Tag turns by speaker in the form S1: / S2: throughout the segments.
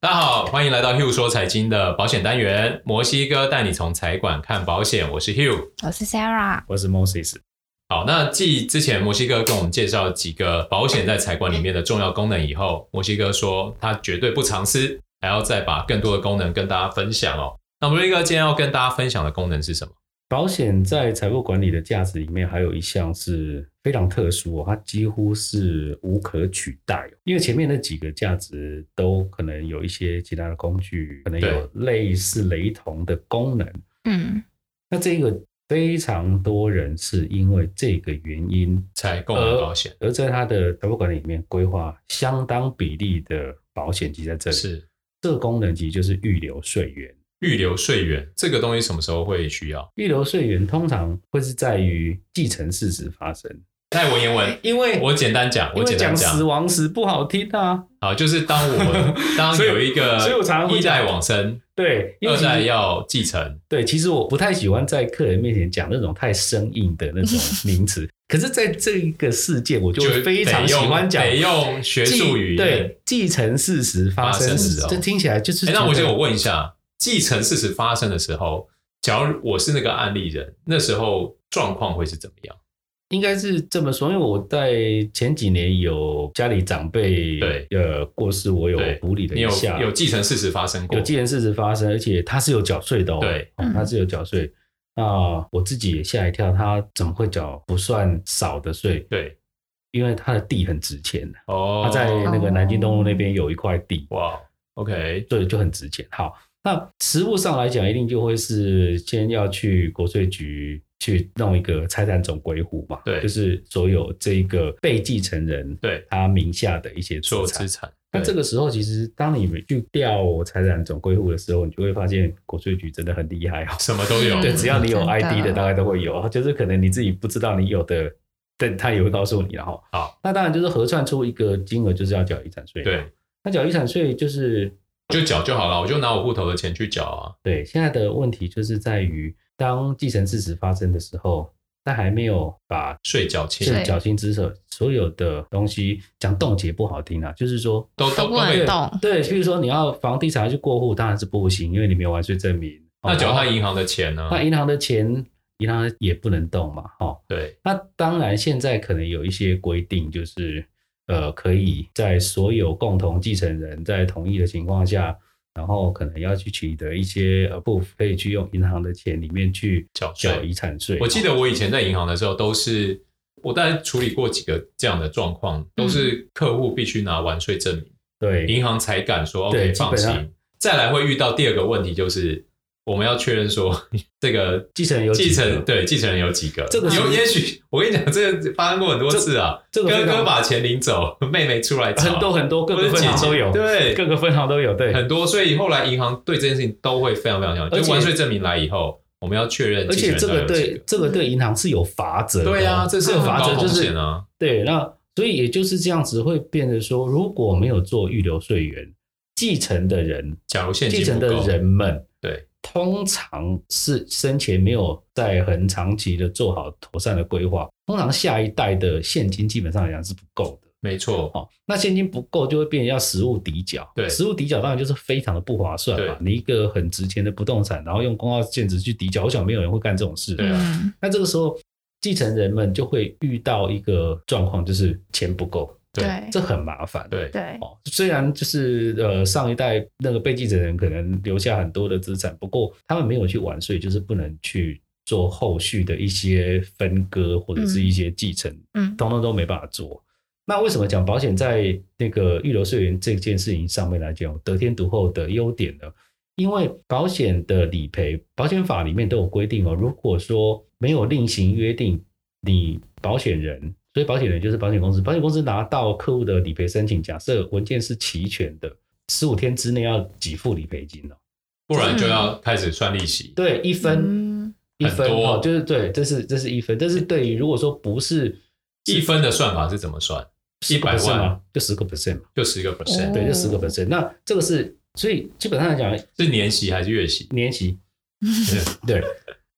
S1: 大家好，欢迎来到 Hugh 说财经的保险单元，摩西哥带你从财管看保险，我是 Hugh。
S2: 我是 Sarah，
S3: 我是 Moses。
S1: 好，那继之前摩西哥跟我们介绍几个保险在财管里面的重要功能以后，摩西哥说他绝对不藏私，还要再把更多的功能跟大家分享哦。那摩西哥今天要跟大家分享的功能是什么？
S3: 保险在财务管理的价值里面，还有一项是非常特殊哦，它几乎是无可取代哦、因为前面那几个价值都可能有一些其他的工具，可能有类似雷同的功能。
S2: 嗯，
S3: 那这个非常多人是因为这个原因，
S1: 财共的保险、
S3: 而在他的财务管理里面规划相当比例的保险级在这里。
S1: 是
S3: 这个功能其实就是预留税源。
S1: 预留税源，这个东西什么时候会需要？
S3: 预留税源通常会是在于继承事实发生，
S1: 带文言文，
S3: 因为
S1: 我简单讲，我
S3: 哎因为
S1: 简单
S3: 讲
S1: 讲
S3: 死，亡时不好听啊。
S1: 好，就是当我 当
S3: 所以
S1: 有一个
S3: 所以我常常会
S1: 一代
S3: 讲
S1: 往生，
S3: 对，因为
S1: 二
S3: 其实
S1: 代要继承，
S3: 对，其实我不太喜欢在客人面前讲那种太生硬的 那种名词，可是在这一个事件，我就
S1: 就
S3: 非常
S1: 得
S3: 喜
S1: 用
S3: 欢讲
S1: 得用学
S3: 继
S1: 术语言。诶，
S3: 对，继承事实
S1: 发
S3: 发
S1: 生
S3: 生
S1: 时
S3: 时，
S1: 哦
S3: 这听起来就是觉得。
S1: 那我先我问一下，继承事实发生的时候，假如我是那个案例人，那时候状况会是怎么样？
S3: 应该是这么说，因为我在前几年有家里长辈
S1: 对
S3: 呃过世，我有
S1: 对
S3: 处理了
S1: 你
S3: 一
S1: 有
S3: 下，
S1: 有继承事实发生过？
S3: 有既然事实发生，而且他是有缴税的哦，
S1: 哦对
S3: 哦，他是有缴税。那我自己也吓一跳，他怎么会缴不算少的税？
S1: 对
S3: 因为他的地很值钱，
S1: 哦，
S3: 他在那个
S2: 哦
S3: 南京东路那边有一块地，
S1: 哇，OK，
S3: 所以就很值钱。好，那实物上来讲，一定就会是先要去国税局去弄一个财产总归户嘛，
S1: 对
S3: 就是所有这个被继承人
S1: 对，
S3: 他名下的一些
S1: 所有
S3: 资产
S1: 资。产。
S3: 那
S1: 对
S3: 这个时候，其实当你们去调财产总归户的时候，你就会发现国税局真的很厉害哦。
S1: 什么都有，
S3: 对，
S2: 嗯
S3: 只要你有
S2: 真的
S3: ID 的，大概都会有，就是可能你自己不知道你有的，但他也会告诉你然后
S1: 好，
S3: 那当然就是核算出一个金额，就是要缴遗产税。
S1: 对，
S3: 那缴遗产税就是
S1: 就缴就好了，我就拿我户头的钱去缴啊。
S3: 对现在的问题就是在于，当继承事实发生的时候，他还没有把
S1: 税缴清
S2: 对
S3: 是缴清之所所有的东西讲冻结不好听啊，就是说
S1: 都
S2: 都
S1: 都
S2: 不
S1: 都
S2: 能
S1: 被，
S2: 动。
S3: 对，譬如说你要房地产要去过户，当然是不行，因为你没有完税证明。
S1: 那缴他
S3: 他
S1: 银行啊的钱呢？
S3: 那银行的钱，银行也不能动嘛，哦。
S1: 对，
S3: 那当然，现在可能有一些规定，就是呃，可以在所有共同继承人在同意的情况下，然后可能要去取得一些呃不可以去用银行的钱里面去
S1: 缴税
S3: 缴遗产税。
S1: 我记得我以前在银行的时候，都是我大概处理过几个这样的状况，都是客户必须拿完税证明，
S3: 嗯对
S1: 银行才敢说
S3: 对
S1: OK
S3: 基
S1: 放
S3: 本上
S1: 心。再来会遇到第二个问题，就是我们要确认说这个
S3: 继承人有
S1: 继
S3: 几个
S1: 承对继承人有几个，
S3: 这个
S1: 有
S3: 其实
S1: 也许我跟你讲，这个发生过很多次啊，
S3: 这个
S1: 哥
S3: 非常
S1: 哥把钱领走，妹妹出来找
S3: 很多很多各
S1: 或
S3: 个
S1: 者
S3: 分
S1: 姐
S3: 行
S1: 姐
S3: 都有，
S1: 对，
S3: 各个分行都有，对，
S1: 很多，所以后来银行对这件事情都会非常非常小心。
S3: 而
S1: 就
S3: 且
S1: 完税证明来以后，我们要确认
S3: 而
S1: 继承
S3: 且
S1: 人
S3: 这个
S1: 到底有几
S3: 对这个对银行是有罚则的哦，
S1: 对啊，这是
S3: 有
S1: 很
S3: 罚
S1: 高
S3: 则，
S1: 风
S3: 就是
S1: 险啊。
S3: 对，那所以也就是这样子会变得说，如果没有做预留税源，继承的人，
S1: 假如现金
S3: 继承的
S1: 不够
S3: 人们，
S1: 对，
S3: 通常是生前没有在很长期的做好妥善的规划，通常下一代的现金基本上来讲是不够的。
S1: 没错，
S3: 哦，那现金不够就会变成要实物抵缴，
S1: 对
S3: 实物抵缴当然就是非常的不划算嘛。你一个很值钱的不动产，然后用公告限值去抵缴，我想没有人会干这种事。
S1: 对啊
S2: 嗯，
S3: 那这个时候，继承人们就会遇到一个状况，就是钱不够，
S1: 对
S2: 对
S3: 这很麻烦。
S1: 对，
S2: 对，
S3: 哦，虽然就是呃上一代那个被继承人可能留下很多的资产，不过他们没有去玩，所以就是不能去做后续的一些分割或者是一些继承，
S2: 嗯
S3: 通通都没办法做。那为什么讲保险在那个预留税源这件事情上面来讲有得天独厚的优点呢？因为保险的理赔，保险法里面都有规定哦。如果说没有另行约定，你保险人，所以保险人就是保险公司，保险公司拿到客户的理赔申请，假设文件是齐全的，十五天之内要给付理赔金哦。
S1: 不然就要开始算利息。
S3: 对，一分、
S2: 嗯
S3: 一分
S1: 很多
S3: 哦，就是对，这是这是一分，但是对于如果说不是
S1: 一分的算法是怎么算？一百
S3: 10%
S1: 万
S3: 嘛，就十个 percent 嘛，
S1: 就十个 percent，
S2: 哦
S3: 对，就十个 percent。那这个是，所以基本上来讲，
S1: 是年息还是月息？
S3: 年息
S1: 是
S3: 对。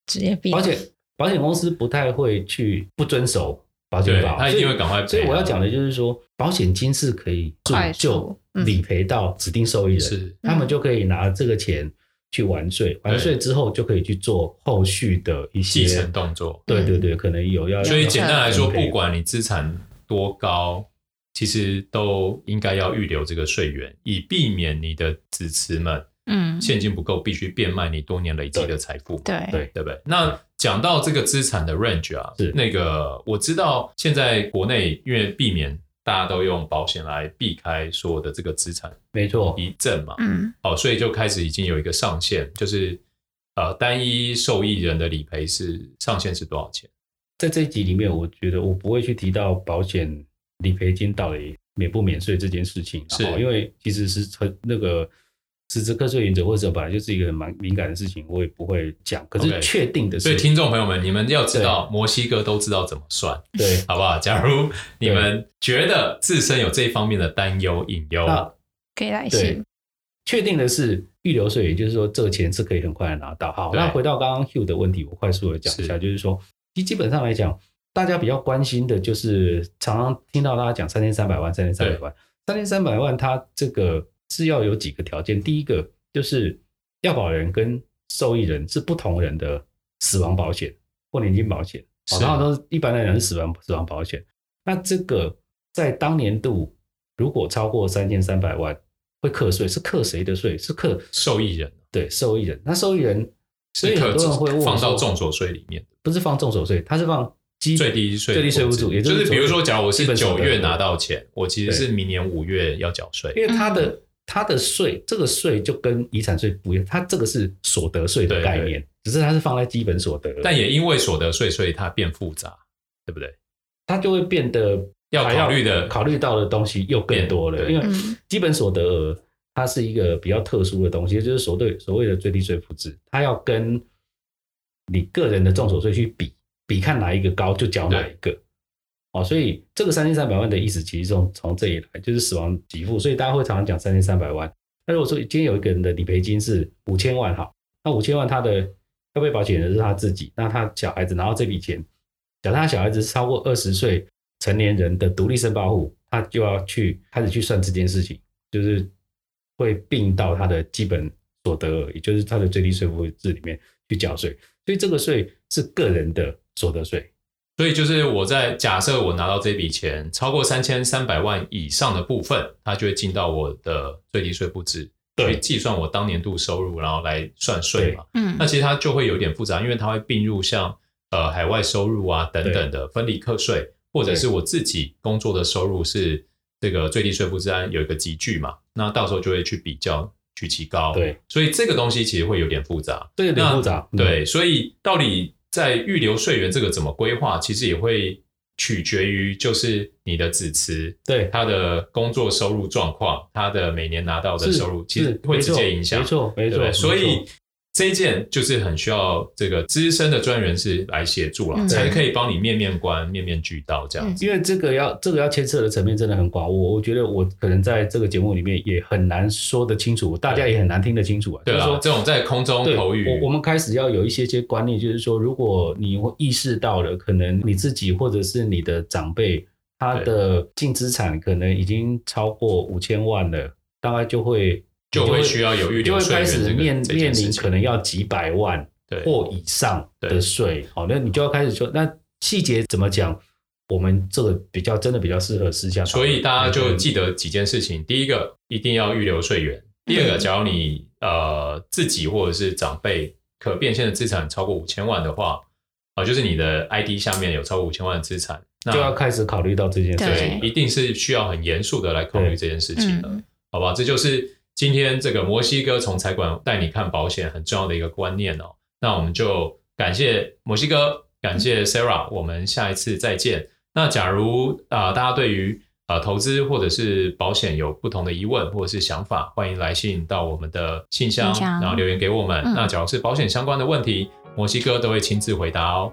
S2: 职业病，
S3: 保险保险公司不太会去不遵守保险
S1: 对，
S3: 法，
S1: 他一定会
S3: 所
S1: 赶快
S3: 以
S1: 赔。啊
S3: 所以我要讲的就是说，保险金是可以
S2: 快
S3: 铸就
S2: 速嗯
S3: 理赔到指定受益人，
S1: 是
S3: 他们就可以拿这个钱去完税，完税之后就可以去做后续的一
S1: 继
S3: 些
S1: 承，动作。
S3: 对对
S2: 嗯
S3: 对，可能有要，
S1: 所以简单来说，
S3: 要分配
S1: 不管你资产多高，其实都应该要预留这个税源，以避免你的子侄们
S2: 嗯，
S1: 现金不够，必须变卖你多年累积的财富嘛。
S2: 对
S3: 对
S1: 对不对？那讲到这个资产的 range 啊，
S3: 是
S1: 那个我知道现在国内因为避免大家都用保险来避开所有的这个资产
S3: 没错，
S1: 一证嘛，
S2: 嗯
S1: 哦，所以就开始已经有一个上限，就是呃单一受益人的理赔是上限是多少钱？
S3: 在这一集里面，我觉得我不会去提到保险理赔金到底免不免税这件事情啊，
S1: 是
S3: 哦因为其实是很那个实质课税原则或者本来就是一个蛮敏感的事情，我也不会讲。可是
S1: OK
S3: 确定的
S1: 所以
S3: 是，
S1: 听众朋友们，你们要知道墨西哥都知道怎么算，
S3: 对，
S1: 好不 好？假如你们觉得自身有这方面的担忧隐忧，
S3: 那哦
S2: 可以来
S3: 对
S2: 信，，
S3: 确定的是预留税，也就是说这个钱是可以很快的拿到。好，
S1: 对
S3: 那回到刚刚 Hugh 的问题，我快速的讲一下，
S1: 是
S3: 就是说，基基本上来讲，大家比较关心的就是常常听到大家讲三千三百万，三千三百万，三千三百万，它这个是要有几个条件，第一个就是要保人跟受益人是不同人的死亡保险或年金保险，哦，
S1: 是啊
S3: 然后都是一般来讲是死亡死亡保险，那这个在当年度如果超过三千三百万。会课税是课谁的税？是课
S1: 受益人
S3: 对受益人。那受益人，所以
S1: 是
S3: 很
S1: 可
S3: 多人会问我
S1: 放到
S3: 说
S1: 重所税里面。
S3: 不是放重手税，他是放基
S1: 最低税
S3: 最低税务组，也
S1: 就是是比如说，
S3: 总
S1: 假如我
S3: 基
S1: 是
S3: 本所
S1: 九
S3: 得
S1: 月拿到钱，我其实是明年五月要缴税
S3: 因。为他的、他的税，这个税就跟遗产税不一样，他这个是所得税的
S1: 对
S3: 概念，只是它是放在基本所得，
S1: 但也因为所得税，所以它变复杂，对不对？
S3: 它就会变得
S1: 要
S3: 还
S1: 考虑的
S3: 考虑到的东西又更多了，
S1: 变
S3: 因为
S2: 嗯
S3: 基本所得额它是一个比较特殊的东西，就是所对所谓的最低税负制，它要跟你个人的重所税去比，比看哪一个高就缴哪一个。哦，所以这个三千三百万的意思，其实从从这里来就是死亡给付，所以大家会常常讲三千三百万。那如果说今天有一个人的理赔金是五千万，好，那五千万他的要被保险人是他自己，那他小孩子拿到这笔钱，假设他小孩子是超过二十岁成年人的独立申报户，他就要去开始去算这件事情，就是会并到他的基本所得额，也就是他的最低税负制里面去缴税，所以这个税是个人的所得税，
S1: 所以就是我在假设我拿到这笔钱超过三千三百万以上的部分，它就会进到我的最低税负制，
S3: 对
S1: 去计算我当年度收入，然后来算税嘛。
S2: 嗯
S1: 那其实它就会有点复杂，因为它会并入像呃海外收入啊等等的分离课税，或者是我自己工作的收入是这个最低税负之安有一个集聚嘛，那到时候就会去比较举其高。，
S3: 对，
S1: 所以这个东西其实会有点复杂。
S3: 这个
S1: 那
S3: 很复杂，嗯
S1: 对，所以到底在预留税源这个怎么规划，其实也会取决于就是你的子词。
S3: 对，
S1: 他的工作收入状况，他的每年拿到的
S3: 是
S1: 收入，其实
S3: 是
S1: 会
S3: 没
S1: 直
S3: 错
S1: 接影响
S3: 没。错，没
S1: 对不
S3: 错，
S1: 对
S3: 没
S1: 所以
S3: 错
S1: 这一件就是很需要这个资深的专员是来协助啦，
S2: 嗯
S1: 才可以帮你面面观、面面俱到这样子。
S3: 因为这个要这个要牵涉的层面真的很广，我我觉得我可能在这个节目里面也很难说得清楚，大家也很难听得清楚啊。
S1: 对
S3: 就
S1: 啦
S3: 是说，
S1: 这种在空中
S3: 对，
S1: 口语，
S3: 我我们开始要有一些些观念，就是说，如果你会意识到了，可能你自己或者是你的长辈，他的净资产可能已经超过五千万了，大概就会
S1: 就会需要有预
S3: 就
S1: 留
S3: 会
S1: 税
S3: 开
S1: 源这
S3: 始
S1: 个
S3: 面
S1: 这
S3: 面
S1: 件事
S3: 临
S1: 情
S3: 可能要几百万
S1: 对
S3: 或以上的
S1: 对
S3: 税。好，那你就要开始说，那细节怎么讲？我们这个比较真的比较适合私下讨
S1: 所
S3: 论，
S1: 以大家就
S3: 嗯
S1: 记得几件事情：第一个，一定要预留税源；第二个，
S2: 嗯
S1: 假如你呃自己或者是长辈可变现的资产超过五千万的话，啊、就是你的 ID 下面有超过五千万的资产，那
S3: 就要开始考虑到这件事
S1: 对
S3: 情
S2: 对
S1: 一。定是需要很严肃的来考虑这件事情的。
S2: 嗯
S1: 好吧，这就是今天这个摩西哥从财管带你看保险很重要的一个观念哦。那我们就感谢摩西哥，感
S2: 嗯
S1: 谢 Sarah，我们下一次再见。那假如啊、呃大家对于呃投资或者是保险有不同的疑问或者是想法，欢迎来信到我们的信箱，
S2: 信箱
S1: 然后留言给我们。
S2: 嗯
S1: 那假如是保险相关的问题，摩西哥都会亲自回答哦。